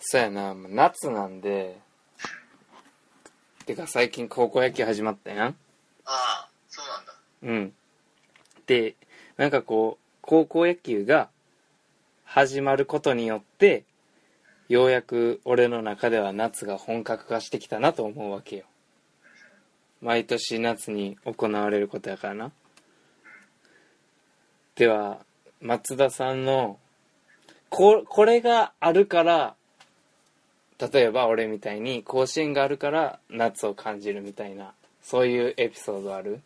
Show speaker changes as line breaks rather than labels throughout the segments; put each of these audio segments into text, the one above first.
そうやな、もう夏なんで、てか最近高校野球始まったやん。
ああ、そうなんだ。
うん。で、なんかこう、高校野球が始まることによって、ようやく俺の中では夏が本格化してきたなと思うわけよ。毎年夏に行われることやからな。では、松田さんの、こ、これがあるから、例えば俺みたいに甲子園があるから夏を感じるみたいな、そういうエピソードある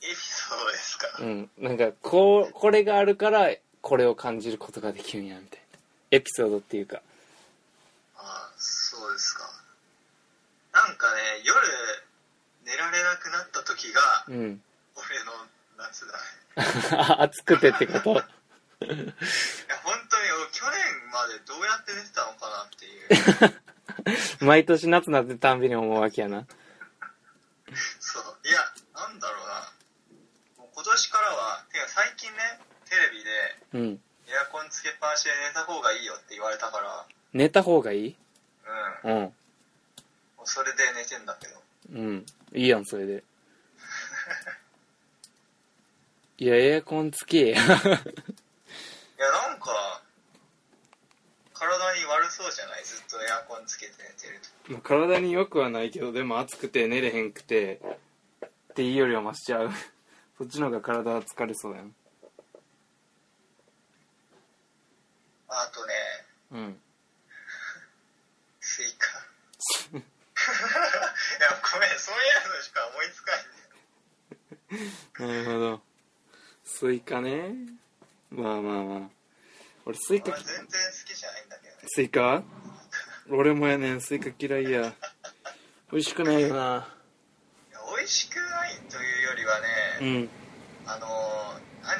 エピソードですか。
うん、なんかこうこれがあるからこれを感じることができるんやみたいなエピソードっていうか
ああ、そうですか。なんかね、夜、寝られなくなった時が、
うん
俺の夏だね。
暑くてってこと
いや、本当に、俺去年までどうやって寝てたのかなって いう。
毎年夏なってたんびに思うわけやな
そう。いや、なんだろうな。もう今年からは、てか最近ね、テレビで、
うん
エアコンつけっぱなしで寝た方がいいよって言われたから、
寝た方がいい
うん。
うん
もうそれで寝てんだけど。
うんいいやんそれでいやエアコンつけや
いや、なんか、体に悪そうじゃないずっとエアコンつけて寝てると。
まあ体によくはないけどでも暑くて寝れへんくてっていうよりは増しちゃうそっちの方が体は疲れそうやん
あとね、
うん
ス イカ。いや、ごめん、そういうのしか思いつかないん
な
だよ。
るほど。スイカね。まあまあまあ。俺スイカ
俺、全然好きじゃないんだけどね。
スイカ俺もやねん、スイカ嫌いや。美味しくないよな。
いや美味しくないというよりは
う
ね、
ん。
あのー、何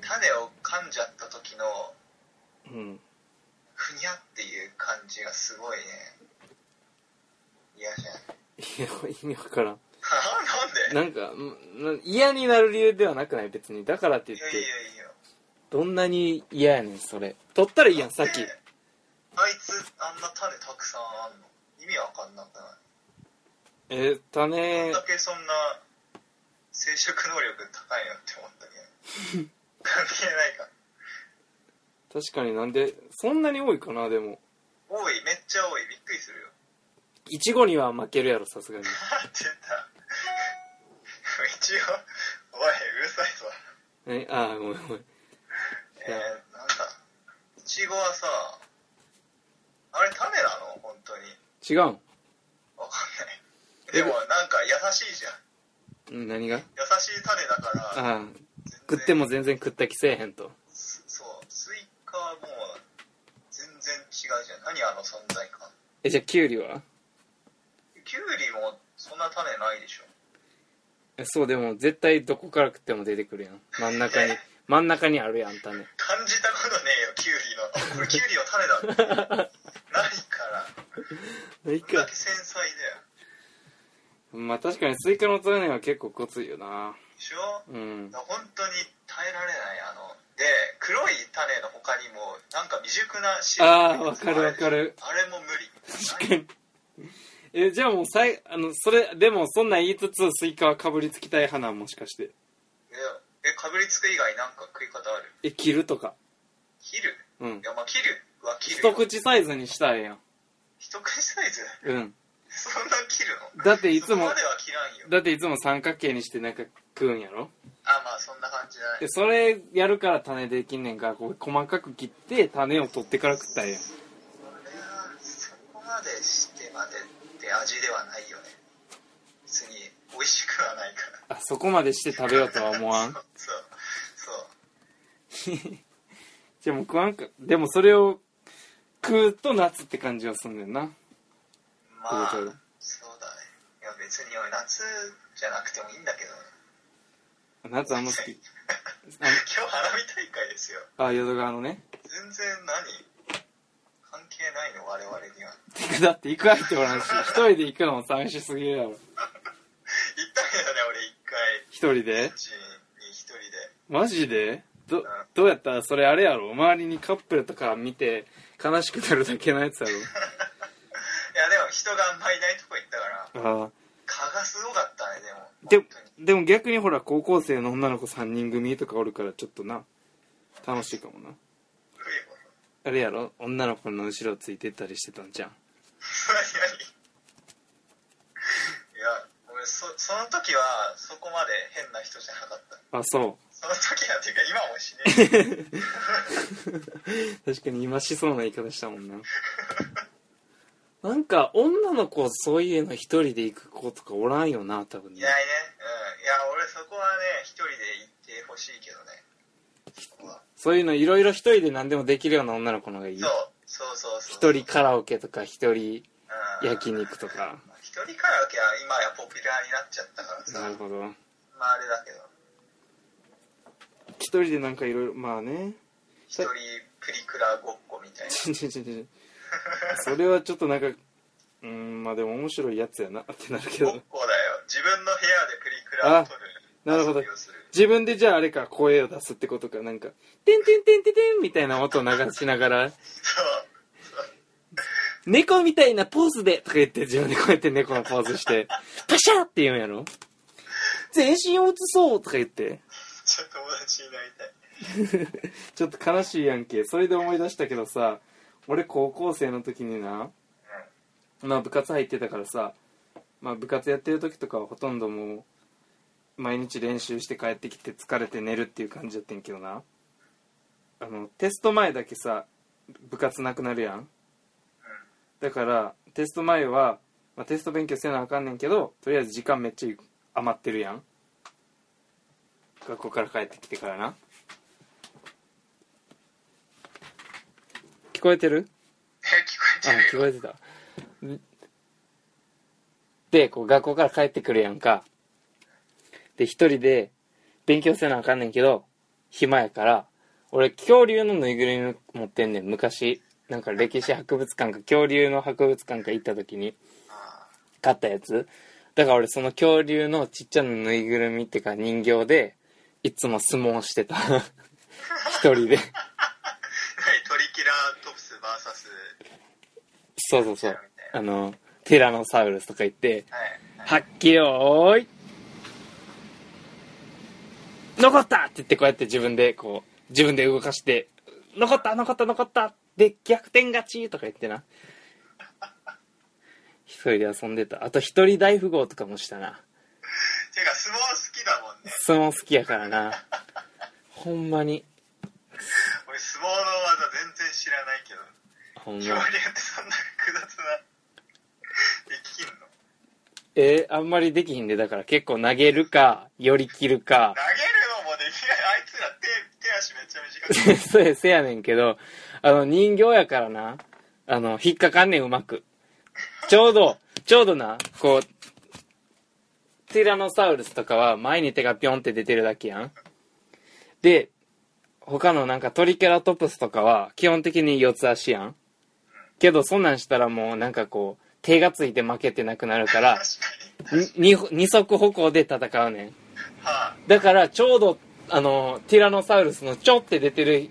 種を噛んじゃった時の、
うん。
ふにゃっていう感じがすごいね、嫌じゃん。
いや、意味わからん。
なんで
なんか、んな嫌になる理由ではなくない別に。だからって
い
言
や
っ
いや
て
い、やいや。
どんなに嫌やねん、それ。取ったらいいやん、さっき
で。あいつあんな種たくさんあんの意味わかんなくな
えー、
い、
種
どん、だけそんな生殖能力高いのって思ったけど 関係ないか
確かになんで、そんなに多いかな、でも。
多いめっちゃ多いびっくりするよ
いちごには負けるやろ、さすがに。
なんて言った一応おいうるさいぞ
え、ああ、ごめんごめん。
えー、なんだいちごはさあれ種なの本当に
違うん
わかんないでもなんか優しいじゃん
うん。何が
優しい種だから
ああ、
全然
食っても全然食った気せえへんと
すそうスイカはもう全然違うじゃん何あの存在感
えじゃあキュウリは
キュウリもそんな種ないでしょ
えそうでも絶対どこから食っても出てくるやん真ん中に 真ん中にあるやん 種
感じたことねえよキュウリのあこれキュウリの種 だないから
ない
こんだけ繊細だよ
まあ確かにスイカの種は結構ごついよな
でしょ
うん
本当に耐えられないあので黒い種の他にもなんか未熟な白い
あーわかるわかる
あれも無理
確かにえじゃあもうさいあのそれでもそんなん言いつつスイカはかぶりつきたい派なんもしかして
ええかぶりつく以外なんか食い方ある
え切るとか
切る
うん
いやまあ切るは切る
一
よ
口サイズにしたらええやん
一口サイズ
うん
そんな切るの
だっていつも
そこまでは切らんよ
だっていつも三角形にしてなんか食うんやろ
あまあそんな感じじゃない
でそれやるから種できんねんからこう細かく切って種を取ってから食ったらええやん
それはそこまでしてまでって味ではないよね別に美味しくはないから
あそこまでして食べようとは思わん
そうそう
じゃあもう食わんかでもそれを食うと夏って感じはすんねんな
まあ
ど
そう
いううこ
だねいや別に俺夏じゃなくてもいいんだけどね
夏あんま好き
今日花火大会ですよ
あ淀川のね
全然何関係ないの我々には
てかだって行く相手おらんし一人で行くのも寂しすぎるやろ
行ったけどね俺一回
一人で
うちに一人で
マジでどどうやったらそれあれやろ周りにカップルとか見て悲しくなるだけのやつや
いやでも人があんまいないとこ行ったから
ろあ
蚊がすごかったねでも
あで
本当に
でも逆にほら高校生の女の子3人組とかおるからちょっとな楽しいかもな
古いもの
あれやろ女の子の後ろついてったりしてたんじゃん
何何 いや俺そその時はそこまで変な人じゃなかった
あそ
その時はっていうか今もしねえ
う 確かに今しそうな言い方したもんななんか女の子そういうの一人で行く子とかおらんよな多分
い
ね
ないねうんいや俺そこはね一人で行ってほしいけどねそこは
そういうのいろいろ一人で何でもできるような女の子の方がいい
そ
よ
うそうそうそう
一人カラオケとか一人
うん
焼肉とか
まあ一人カラオケは今やポピュラーになっちゃったからさ
なるほど
まああれだけど
一人でなんかいろいろまあね
一人プリクラごっこみたいな
ちょちょちょちょそれはちょっとなんかうーんまあでも面白いやつやなってなるけ
ご
ど
っこだよ自分の部屋でプリクラを撮る
あなるほど
遊びをする
自分でじゃああれか声を出すってことかなんか「てんてんてんてんてん」みたいな音を流しながら
そう
「猫みたいなポーズで」とか言って自分でこうやって猫のポーズして「パシャ!」って言うんやろ全身を映そうとか言って
ちょっと友達になりたい。
ちょっと悲しいやんけそれで思い出したけどさ俺高校生の時になまあ部活入ってたからさ、まあ、部活やってる時とかはほとんどもう毎日練習して帰ってきて疲れて寝るっていう感じやってんけどなあのテスト前だけさ部活なくなるやんだからテスト前は、まあ、テスト勉強せなあかんねんけどとりあえず時間めっちゃ余ってるやん学校から帰ってきてからな聞こえてる
え、聞こえ
あ
て
聞
る
こ
よ。
えてたでこう学校から帰ってくるやんかで一人で勉強せなあかんねんけど暇やから俺恐竜のぬいぐるみ持ってんねん昔なんか歴史博物館か恐竜の博物館か行った時に買ったやつだから俺その恐竜のちっちゃなぬいぐるみっていうか人形でいつも相撲してた一人で
はい、トリキラトプス VS、は
そうそうそうあのティラノサウルスとか言って
い。
はっけよーい残ったって言ってこうやって自分でこう自分で動かして残った残った残ったで逆転勝ちとか言ってな一人で遊んでたあと一人大富豪とかもしたな
てか、相撲好きだもんね。
相撲好きやからなほんまに
俺、相撲の技全然知らないけど、
ほん
恐竜
ま
ってそんな複雑な、できんの
えーあんまりできひんでだから結構投げるか寄り切るか
投げるのもできない。あいつら手、手足めっちゃ短 い。
そうや、せやねんけど、あの、人形やからな、あの、引っかかんねん、うまく。ちょうど、ちょうどな、こう、ティラノサウルスとかは前に手がピョンって出てるだけやん。で、他のなんかトリケラトプスとかは基本的に四つ足やん。けど、そんなんしたらもうなんかこう、手がついて負けてなくなるから、
確かに。
に二足歩行で戦うねん。
はあ、
だからちょうどあのティラノサウルスのちょって出てる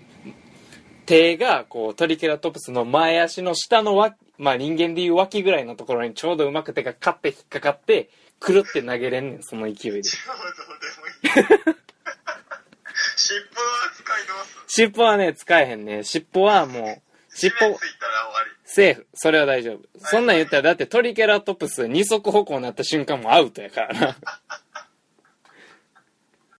手がこうトリケラトプスの前足の下のわ、まあ、人間でいう脇ぐらいのところにちょうどうまく手がカッて引っかかってくるって投げれんねんその勢いで
ちょうどでもいい。 尻尾の扱いどうすんの
尻尾はね使えへんね尻尾はもう尻
地面
尾
ついたら終わり。
セーフそれは大丈夫そんなん言ったらだってトリケラトプス二足歩行になった瞬間もアウトやからな